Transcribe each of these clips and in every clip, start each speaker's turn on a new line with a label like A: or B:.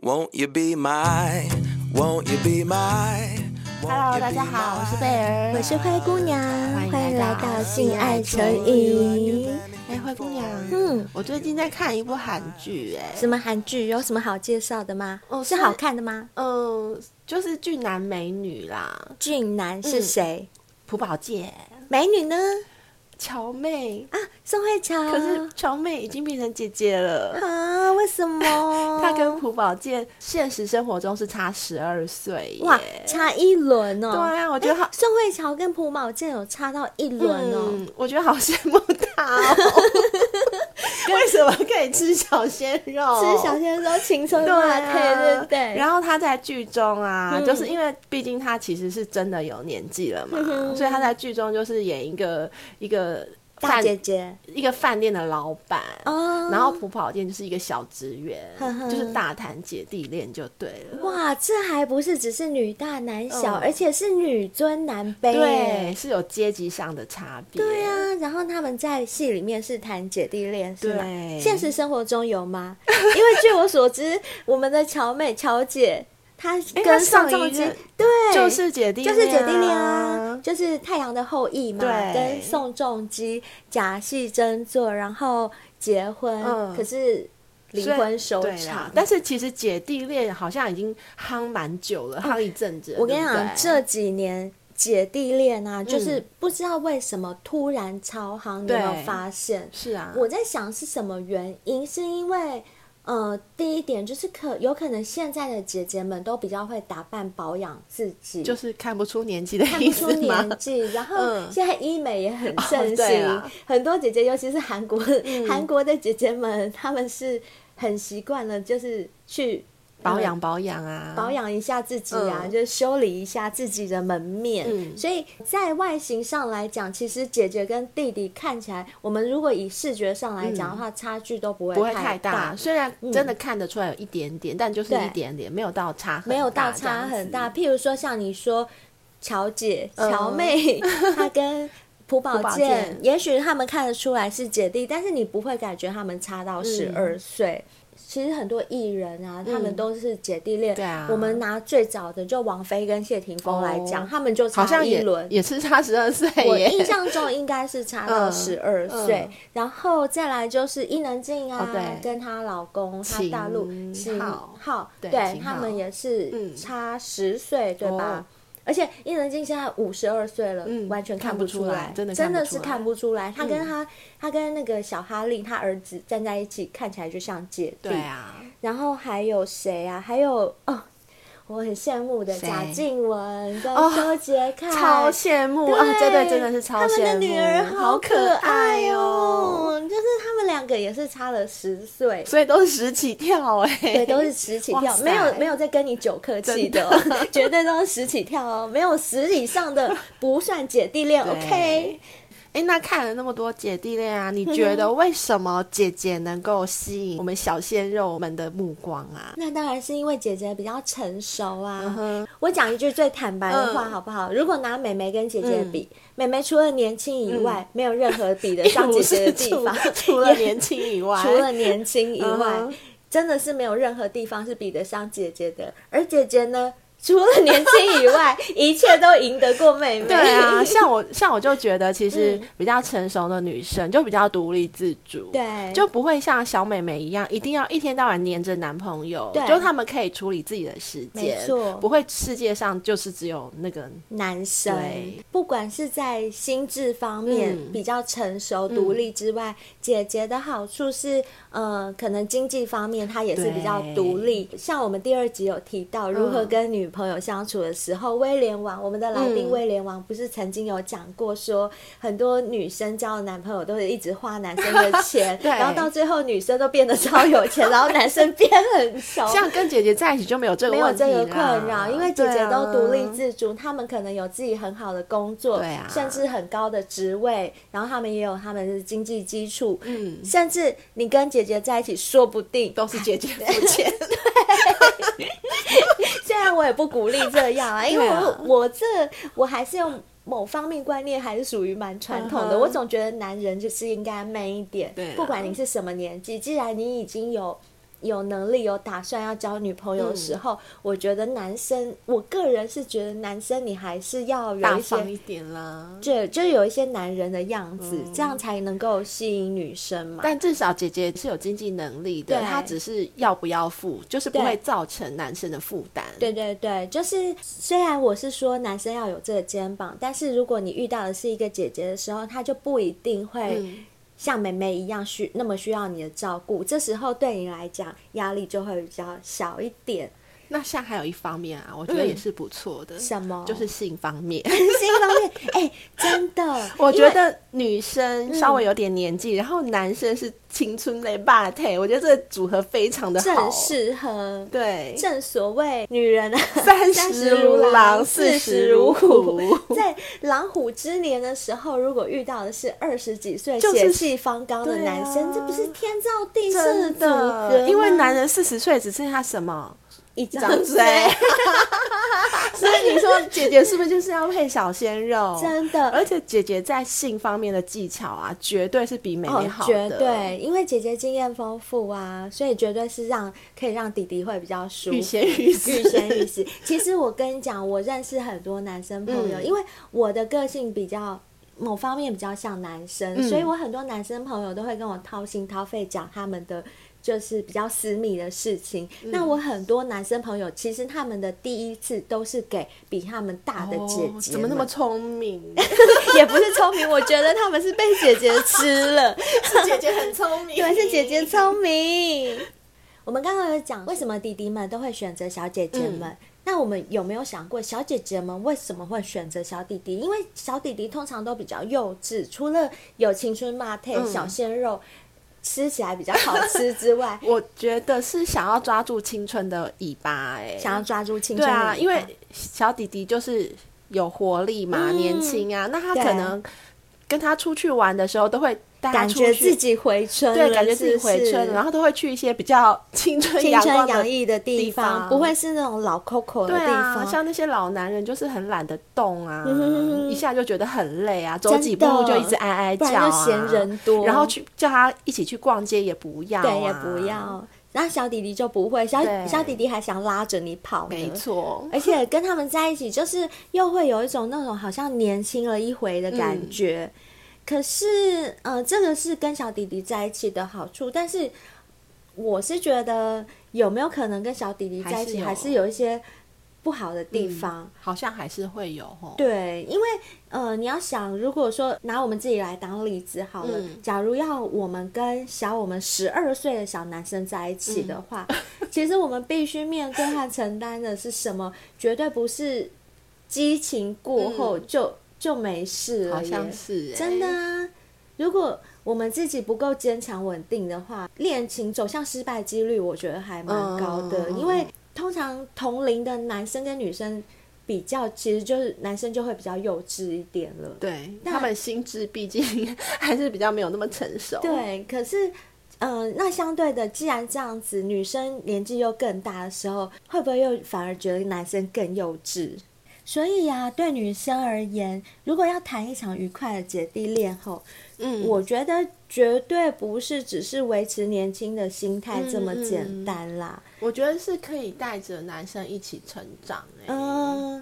A: Won't you be my? Won't you be my?
B: Hello，大家好，我是贝儿，
C: 我是灰姑娘，
B: 欢
C: 欢
B: 迎
C: 迎
B: 来
C: 来
B: 到
C: 到
B: 性
C: 性
B: 爱
C: 爱
B: 成
C: 成
B: 瘾
C: 瘾。
B: 哎，灰姑娘，
C: 嗯，
B: 我最近在看一部韩剧，哎，
C: 什么韩剧有什么好介绍的吗？
B: 哦
C: 是
B: 是
C: 好看的吗？
B: 嗯，就是俊男美女啦，
C: 俊男是谁？
B: 朴宝剑、
C: 美女呢？
B: 乔妹，
C: 啊，宋慧乔。
B: 可是乔妹已经变成姐姐了。
C: 啊，为什 么？
B: 她跟朴宝剑现实生活中是差十二岁耶，嗯
C: 哇差一轮哦。
B: 对啊我觉得好
C: 哎宋慧乔跟朴宝剑有差到一轮哦。
B: 嗯，我觉得好羡慕她 哦。为什么可以吃小鲜肉？
C: 吃小鲜肉青春
B: 对
C: 辣
B: 啊
C: 配，对不对？
B: 然后他在剧中啊，
C: 嗯
B: 就是因为毕竟他其实是真的有年纪了嘛，
C: 嗯哼
B: 所以他在剧中就是演一个一个
C: 大
B: 饭
C: 姐姐
B: 一个饭店的老板。
C: 哦，
B: 然后朴宝剑就是一个小职员，
C: 呵呵
B: 就是大谈姐弟恋就对了。
C: 哇，这还不是只是女大男小，
B: 嗯
C: 而且是女尊男卑耶。
B: 对，是有阶级上的差别。
C: 对啊，然后他们在戏里面是谈姐弟恋，是吗？
B: 对
C: 现实生活中有吗？ 因为据我所知，我们的乔妹乔姐，她
B: 诶
C: 跟
B: 她上
C: 宋仲
B: 一
C: 基
B: 任，
C: 对，
B: 就是姐弟、
C: 就是姐弟恋啊，。就是《太阳的后裔》嘛，
B: 对
C: 跟宋仲基假戏真做，然后结婚，
B: 嗯
C: 可是离
B: 所以
C: 婚收
B: 对啦
C: 场。
B: 但是其实姐弟恋好像已经夯蛮久了，夯一阵子了。
C: 哦我跟你
B: 对不
C: 讲
B: 对，嗯
C: 这几年姐弟恋啊，就是不知道为什么突然超夯，你有没
B: 对
C: 有发现？
B: 是啊，
C: 我在想是什么原因？是因为，呃，第一点就是可有可能现在的姐姐们都比较会打扮保养自己，
B: 就是看不出年纪的
C: 看
B: 意
C: 不出
B: 思吗？
C: 年纪。然后
B: 嗯哦
C: 现在医美也很盛
B: 对
C: 行，
B: 啦嗯
C: 很多姐姐，尤其是韩国、韩国的姐姐们，她们是很习惯了，就是去
B: 保。
C: 呃
B: 养保养啊，
C: 保养一下自己啊，
B: 嗯
C: 就是修理一下自己的门面。
B: 嗯
C: 所以在外形上来讲，其实姐姐跟弟弟看起来，我们如果以视觉上来讲的话，差距都不会
B: 嗯不会
C: 太
B: 太大，虽然真的
C: 嗯
B: 看得出来有一点点，但就是
C: 对
B: 一点点，没有到差很大，
C: 没有到差很大。。譬如说像你说乔姐、
B: 嗯
C: 乔 妹，她跟。朴宝
B: 朴宝
C: 剑
B: 剑，
C: 也许他们看得出来是姐弟，但是你不会感觉他们差到十
B: 嗯
C: 二岁。其实很多艺人啊，他们都是姐弟恋。
B: 对啊
C: 我们拿最早的就王菲跟谢霆锋来讲，
B: 哦
C: 他们就
B: 好
C: 差
B: 像
C: 一
B: 也
C: 轮。
B: 也是差十二岁
C: 我
B: 耶，
C: 印象中应该是差到
B: 嗯
C: 十二岁
B: 嗯，
C: 然后再来就是伊能静啊
B: 哦，对
C: 跟她老公，她
B: 秦
C: 大陆
B: 昊
C: 秦昊，
B: 对
C: 对
B: 秦昊
C: 他们也是
B: 嗯
C: 差十岁，对吧
B: 哦？
C: 而且伊能静现在五十二岁了，
B: 嗯
C: 完全
B: 看
C: 不
B: 不出
C: 来
B: 来，真的
C: 真
B: 看不出
C: 的是
B: 来嗯
C: 看不出来。她跟她，她跟那个小哈利，她儿子站在一起，看起来就像姐弟
B: 对。啊，
C: 然后还有谁啊？还有哦，我很羡慕的
B: 谁
C: 贾静雯跟
B: 哦
C: 周杰楷，
B: 超羡慕啊！这对真的是超羡慕，
C: 他们的女儿
B: 好
C: 可
B: 爱
C: 哦，就是他们两个也是差了十岁，
B: 所以都是十起跳哎，
C: 对，都是十起
B: 哇
C: 跳，
B: 塞
C: 没有没有在跟你九客气的哦， 绝对都是十起跳哦，没有十以 上的不算姐弟恋
B: 对
C: ，OK。
B: 哎、那看了那么多姐弟恋啊，你觉 得为什么姐姐能够吸引我们小鲜肉们的目光啊？
C: 那当然是因为姐姐比较成熟
B: 嗯
C: 啊。
B: 哼，
C: 我讲一句最坦白的话
B: 嗯
C: 好不好？如果拿妹妹跟姐姐比，妹妹除了年轻以
B: 嗯
C: 外，没有任何比得 上姐姐的地方
B: 除，除了
C: 也
B: 年轻以外，
C: 除了年轻以外
B: 嗯哼
C: 真的是没有任何地方是比得上姐姐的。而姐姐呢，除了年轻以外， 一切都赢得过妹妹。
B: 对 啊，像我像我就觉得，其实
C: 嗯
B: 比较成熟的女生就比较独立自主，
C: 对
B: 就不会像小美眉一样，一定要一天到晚黏着男朋友，
C: 对
B: 就她们可以处理自己的时间
C: 没错，
B: 不会世界上就是只有那个
C: 男生
B: 对，
C: 不管是在心智方面
B: 嗯
C: 比较成熟、独立之外，姐姐的好处是，呃，可能经济方面她也是
B: 对
C: 比较独立。像我们第二集有提到如何跟女朋友相处的时候，威廉王，我们的来宾
B: 嗯
C: 威廉王不是曾经有讲过说，很多女生交的男朋友都是一直花男生的钱，
B: 对
C: 然后到最后女生都变得超有钱，然后男生变 很穷，
B: 像跟姐姐在一起就没有这个
C: 哦没有
B: 问题
C: 这
B: 啦，
C: 个困扰，因为姐
B: 对
C: 姐
B: 啊
C: 都独立自主，她们可能有自己很好的工作，
B: 对啊
C: 甚至很高的职位，然后她们也有她们的经济基础，
B: 嗯
C: 甚至你跟姐姐在一起，说不定
B: 都是姐 姐付钱。
C: 虽然我也不鼓励这样啊，因为我、
B: 对啊
C: 我这我还是有某方面观念还是属于蛮传统的。
B: 嗯哼
C: 我总觉得男人就是应该 man 一点，
B: 对啊
C: 不管你是什么年纪，既然你已经有。有能力、有打算要交女朋友的时
B: 嗯
C: 候，我觉得男生，我个人是觉得男生你还是要有
B: 大
C: 一
B: 方
C: 些
B: 一点嗯啦。
C: 对，就是有一些男人的样子，这样才能够吸引女生嘛。
B: 但至少姐姐是有经济能力的，
C: 对
B: 她只是要不要付，就是不
C: 对
B: 会造成男生的负担。
C: 对对对，就是虽然我是说男生要有这个肩膀，但是如果你遇到的是一个姐姐的时候，她就不一定会
B: 嗯，
C: 像妹妹一样需那么需要你的照顾，这时候对你来讲压力就会比较小一点。
B: 那像还有一方面啊，我觉得
C: 嗯
B: 也是不错的，
C: 什么
B: 就是性方 面。
C: 是一方面，哎、真的，
B: 我
C: 因
B: 觉
C: 为嗯
B: 得女生稍微有点年纪，然后男生是青春类霸体，我觉得这个组合非常的好。哦
C: 正适合。
B: 对，
C: 正所谓女人啊，
B: 三十如狼，四十如虎。
C: 在狼虎之年的时候，如果遇到的是二十几岁、
B: 就是
C: 血气方刚的
B: 对啊
C: 男生，这不是天造地设
B: 真
C: 组合
B: 的，
C: 吗
B: 因为男人四十岁只剩下什么？
C: 一
B: 一
C: 张
B: 张嘴
C: 嘴，。
B: 所以你说姐姐是不是就是要配小鲜肉？
C: 真的
B: 而且姐姐在性方面的技巧啊，绝对是比妹妹好的。
C: 哦
B: 哦
C: 绝对，因为姐姐经验丰富啊，所以绝对是让可以让弟弟会比较舒服。
B: 欲仙欲死，
C: 欲仙欲死。其实我跟你讲，我认识很多男生朋友，
B: 嗯
C: 因为我的个性比较。某方面比较像男生，
B: 嗯
C: 所以我很多男生朋友都会跟我掏心掏肺讲他们的就是比较私密的事情。
B: 嗯
C: 那我很多男生朋友其实他们的第一次都是给比他们大的姐
B: 哦
C: 姐、
B: 怎么那么聪明？
C: 也不是聪明？我觉得他们是被姐姐吃了。
B: 是姐姐很聪明，
C: 你 们是姐姐聪明。 我们刚刚有讲为什么弟弟们都会选择小姐姐们，那我们有没有想过小姐姐们为什么会选择小弟弟？因为小弟弟通常都比较幼稚，除了有青春骂配、
B: 嗯，
C: 小鲜肉。吃起来比较好吃之 外
B: 我觉得是想要抓住青春的尾巴、哎，
C: 想要抓住青
B: 对
C: 春的尾巴。
B: 啊，因为小弟弟就是有活力嘛，
C: 嗯
B: 年轻啊，那他
C: 对
B: 可能跟他出去玩的时候都会带他
C: 感
B: 出
C: 觉
B: 去
C: 自己回春了，
B: 对，感觉自己回春，
C: 了，
B: 然后都会去一些比较 青春
C: 青春
B: 光
C: 洋
B: 的。
C: 溢的地
B: 地
C: 方，
B: 方
C: 不会是那种老 Coco 的
B: 对
C: 地
B: 啊，
C: 方。
B: 像那些老男人就是很懒得动啊，
C: 嗯哼哼哼
B: 一下就觉得很累啊，走
C: 真
B: 几步路
C: 的
B: 就一直哀哀
C: 不
B: 叫、
C: 然
B: 啊，
C: 就嫌人多
B: 然后去叫他一起去逛街也不要、啊，
C: 对，也不，要。那小弟弟就不会，小
B: 对
C: 小弟弟还想拉着你跑，
B: 没。错，
C: 而且跟他们在一起，就是又会有一种那种好像年轻了一回的感觉。
B: 嗯
C: 可是，呃，这个是跟小弟弟在一起的好处，但是我是觉得有没有可能跟小弟弟在一起，还
B: 还是有
C: 是有一些不好的地方。
B: 嗯好像还是会有吼。
C: 对，因为呃，你要想，如果说拿我们自己来当例子好了，
B: 嗯
C: 假如要我们跟小我们十二岁的小男生在一起
B: 嗯
C: 的话，其实我们必须面对和承担的是什么？绝对不是激情过后就、就没事
B: 嗯
C: 了
B: 好
C: 耶，
B: 像是、欸，
C: 真的啊！如果我们自己不够坚强稳定的话，恋情走向失败几率，我觉得还蛮高的。
B: 嗯
C: 因为通常同龄的男生跟女生比较，其实就是男生就会比较幼稚一点了。
B: 对，
C: 那
B: 他们心智毕竟 还是比较没有那么成熟。，
C: 对，可是，嗯、那相对的，既然这样子，女生年纪又更大的时候，会不会又反而觉得男生更幼稚？所以呀、对女生而言，如果要谈一场愉快的姐弟恋后，
B: 嗯
C: 我觉得绝对不是只是维持年轻的心态这么
B: 嗯嗯
C: 简单啦。
B: 我觉得是可以带着男生一起成长、欸。
C: 嗯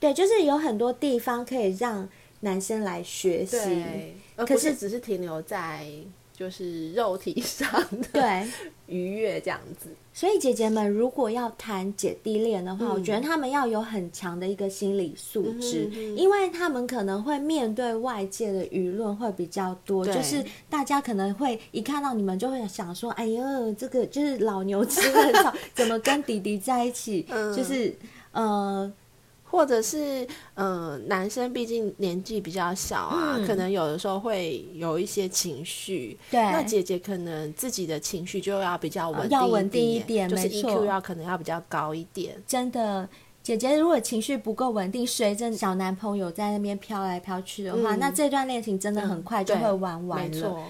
C: 对，就是有很多地方可以让男生来学习。
B: 对，而
C: 可
B: 不是
C: 是
B: 只是停留在就是肉 体上的
C: 对，
B: 愉悦这样子。
C: 所以姐姐们如果要谈姐弟恋的话，
B: 嗯
C: 我觉得他们要有很强的一个心理素质，
B: 嗯哼嗯哼
C: 因为他们可能会面对外界的舆论会比较多，
B: 对
C: 就是大家可能会一看到你们就会想说：“哎呦，这个就是老牛吃嫩 草，怎么跟弟弟在一起？”
B: 嗯
C: 就是呃，
B: 或者是，嗯、男生毕竟年纪比较小啊，
C: 嗯
B: 可能有的时候会有一些情绪。
C: 对哦
B: 那姐姐可能自己的情绪就要比较稳定、
C: 要稳定一点
B: 就是
C: 没错
B: EQ 要可能要比较高一点。
C: 真的，姐姐如果情绪不够稳定，随着小男朋友在那边飘来飘去的话，
B: 嗯
C: 那这段恋情真的很快就
B: 对
C: 会玩完
B: 没
C: 了。
B: 错。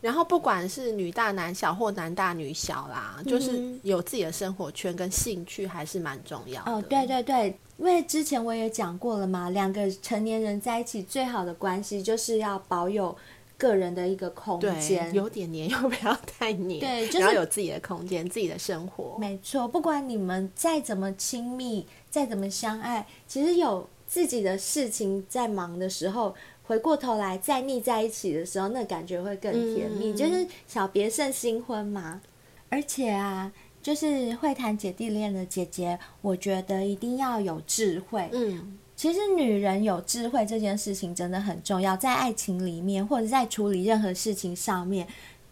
B: 然后不管是女大男小或男大女小啦，就是
C: 嗯
B: 有自己的生活圈跟兴趣还是蛮重要的。
C: 哦，对对对，因为之前我也讲过了嘛，两个成年人在一起最好的关系就是要保有个人的一个空
B: 对，
C: 间。
B: 有点黏 又不要太黏，
C: 对就是
B: 然后有自己的空间、自己的生活。
C: 没错，不管你们再怎么亲密，再怎么相爱，其实有自己的事情在忙的时候，回过头来再腻在一起的时候，那感觉会更甜蜜，
B: 嗯
C: 就是小别胜新婚嘛。而且啊，就是会谈姐弟恋的姐姐，我觉得一定要有智慧。
B: 嗯，
C: 其实女人有智慧这件事情真的很重要，在爱情里面，或者在处理任何事情上面，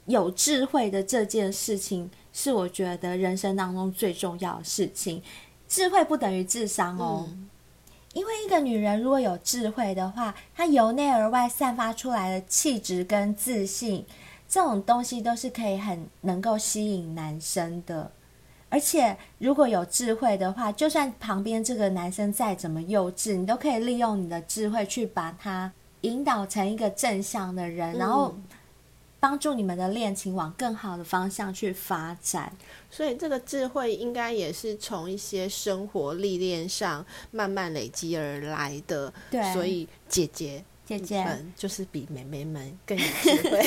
C: 有智慧的这件事情是我觉得人生当中最重要的事情。智慧不等于智商哦，
B: 嗯
C: 因为一个女人如果有智慧的话，她由内而外散发出来的气质跟自信，这种东西都是可以很能够吸引男生的。而且如果有智慧的话，就算旁边这个男生再怎么幼稚，你都可以利用你的智慧去把他引导成一个正向的人，
B: 嗯
C: 然后帮助你们的恋情往更好的方向去发展。
B: 所以这个智慧应该也是从一些生活历练上慢慢累积而来的。
C: 对
B: 所以姐姐
C: 姐姐
B: 们就是比妹妹们更有 智慧，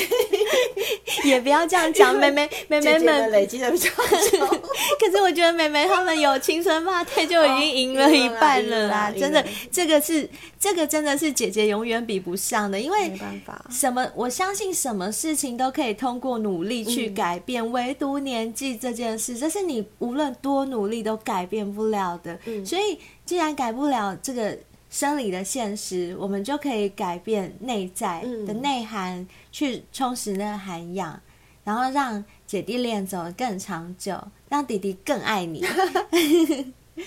C: 也不要这样 讲，妹妹妹妹
B: 姐姐
C: 们
B: 们累积的比 较久。
C: 可是我觉得美眉她们有青春霸退就已经赢了一半
B: 哦赢了
C: 了啦，
B: 啦赢了
C: 真的，这个是这个真的是姐姐永远比不上的，因为
B: 没办法
C: 什么我相信什么事情都可以通过努力去
B: 嗯
C: 改变，唯独年纪这件事，这是你无论多努力都改变不了的。
B: 嗯
C: 所以既然改不了这个生理的现实，我们就可以改变内在
B: 嗯
C: 的内涵，去充实那个涵养。然后让姐弟恋走得更长久，让弟弟更爱你。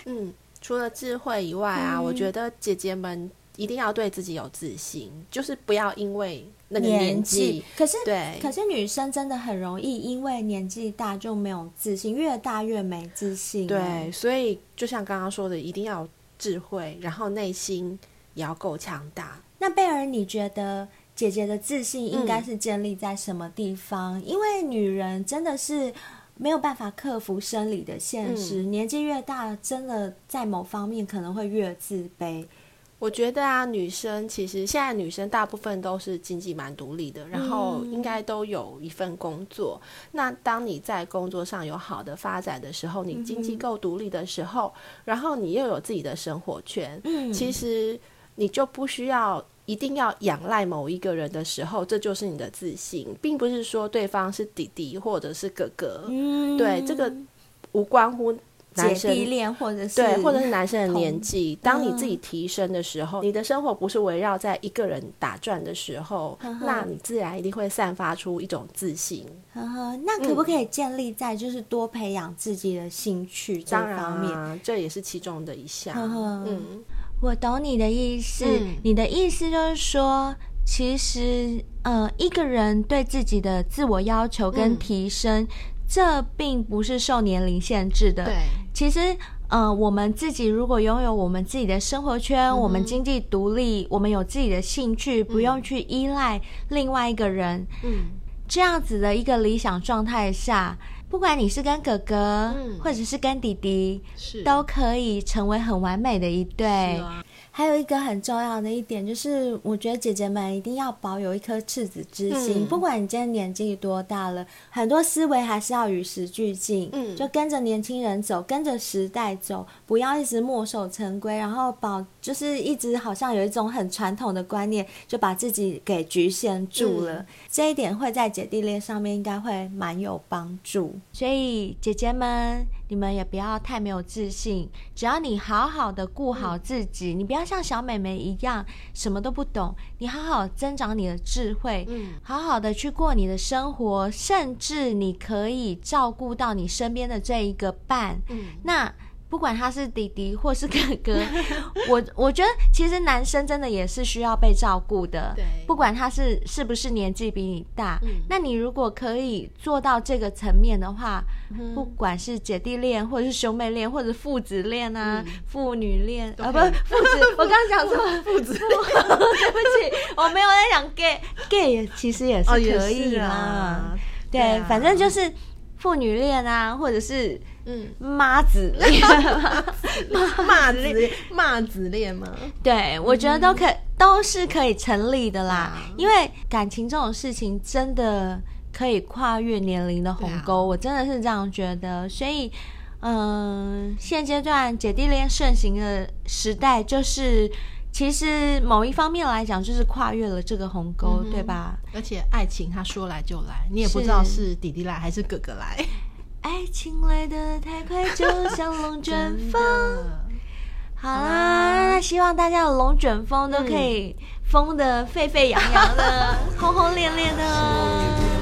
B: 嗯，除了智慧以外啊，我
C: 嗯
B: 觉得姐姐们一定要对自己有自信，就是不要因为那个 年纪，
C: 可是
B: 对
C: 可是女生真的很容易因为年纪大就没有自信，越大越没自信。啊
B: 对，，所以就像刚刚说的，一定要有智慧，然后内心也要够强大。
C: 那贝尔，你觉得姐姐的自信
B: 嗯
C: 应该是建立在什么地方？因为女人真的是。没有办法克服生理的
B: 嗯
C: 现实，年纪越大，真的在某方面可能会越自卑。
B: 我觉得啊，女生其实现在女生大部分都是经济蛮独立的，然后应该都有一份工作。那当你在工作上有好的发展的时候，你经济够独立的时候，然后你又有自己的生活圈，
C: 嗯，
B: 其实你就不需要一定要仰赖某一个人的时候，这就是你的自信，并不是说对方是弟弟或者是哥哥，
C: 嗯
B: 对这个无关乎
C: 姐
B: 男生
C: 弟恋或者是
B: 对，或者是男生的
C: 同
B: 年纪，当你
C: 嗯
B: 自己提升的时候，你的生活不是围绕在一个人打转的时候，
C: 嗯哼
B: 那你自然一定会散发出一种自信。
C: 呵呵，那
B: 嗯
C: 可不可以建立在就是多培养自己的兴趣这
B: 当然、
C: 方面？
B: 啊，这也是其中的一项。
C: 呵呵
B: 嗯，
C: 我懂你的意思，
B: 嗯
C: 你的意思就是说，其实呃，一个人对自己的自我要求跟
B: 嗯
C: 提升，这并不是受年龄限制的。
B: 对，
C: 其实，呃，我们自己如果拥有我们自己的生活圈，
B: 嗯
C: 我们经济独立，我们有自己的兴趣，不用去依赖另外一个人，
B: 嗯，
C: 这样子的一个理想状态下，不管你是跟哥哥，
B: 嗯
C: 或者是跟弟弟，
B: 是
C: 都可以成为很完美的一对。
B: 是啊
C: 还有一个很重要的一点就是，我觉得姐姐们一定要保有一颗赤子之
B: 嗯
C: 心，不管你今天年纪多大了，很多思维还是要与时俱进，
B: 嗯
C: 就跟着年轻人走，跟着时代走，不要一直墨守成规，然后保就是一直好像有一种很传统的观念，就把自己给局限住了。
B: 嗯
C: 这一点会在姐弟恋上面应该会蛮有帮助，所以姐姐们，你们也不要太没有自信，只要你好好的顾好自己，你不要像小美眉一样什么都不懂，你好好增长你的智慧，
B: 嗯
C: 好好的去过你的生活，甚至你可以照顾到你身边的这一个伴，
B: 嗯，
C: 那不管他是弟弟或是哥哥， 我我觉得其实男生真的也是需要被照顾的。
B: 对
C: 不管他是是不是年纪比你大，
B: 嗯
C: 那你如果可以做到这个层面的话，
B: 嗯
C: 不管是姐弟恋，或者是兄妹恋，或者父子恋啊、父女恋啊，不
B: 嗯可以
C: 父 子，我刚刚讲错 了，父子，对不起，我没有在讲 gay，gay 也其实也是
B: 哦也
C: 可以
B: 是
C: 啦。
B: 啊
C: 对，
B: 对啊
C: 反正就是父女恋啊，或者是
B: 嗯，
C: 妈子 恋，
B: 啊 骂子骂子恋吗？
C: 对我觉得都
B: 嗯
C: 可、都是可以成立的啦，
B: 啊
C: 因为感情这种事情真的可以跨越年龄的鸿
B: 对
C: 沟，
B: 啊
C: 我真的是这样觉得，所以。嗯，现阶段姐弟恋盛行的时代，就是其实某一方面来讲，就是跨越了这个鸿沟，
B: 嗯
C: 对吧？
B: 而且爱情它说来就来，你也不知道是弟弟来还是哥哥来。
C: 爱情来得太快，就像龙卷风。好啦，那希望大家的龙卷 风都可以疯得沸沸扬扬的、轰轰烈烈的。哦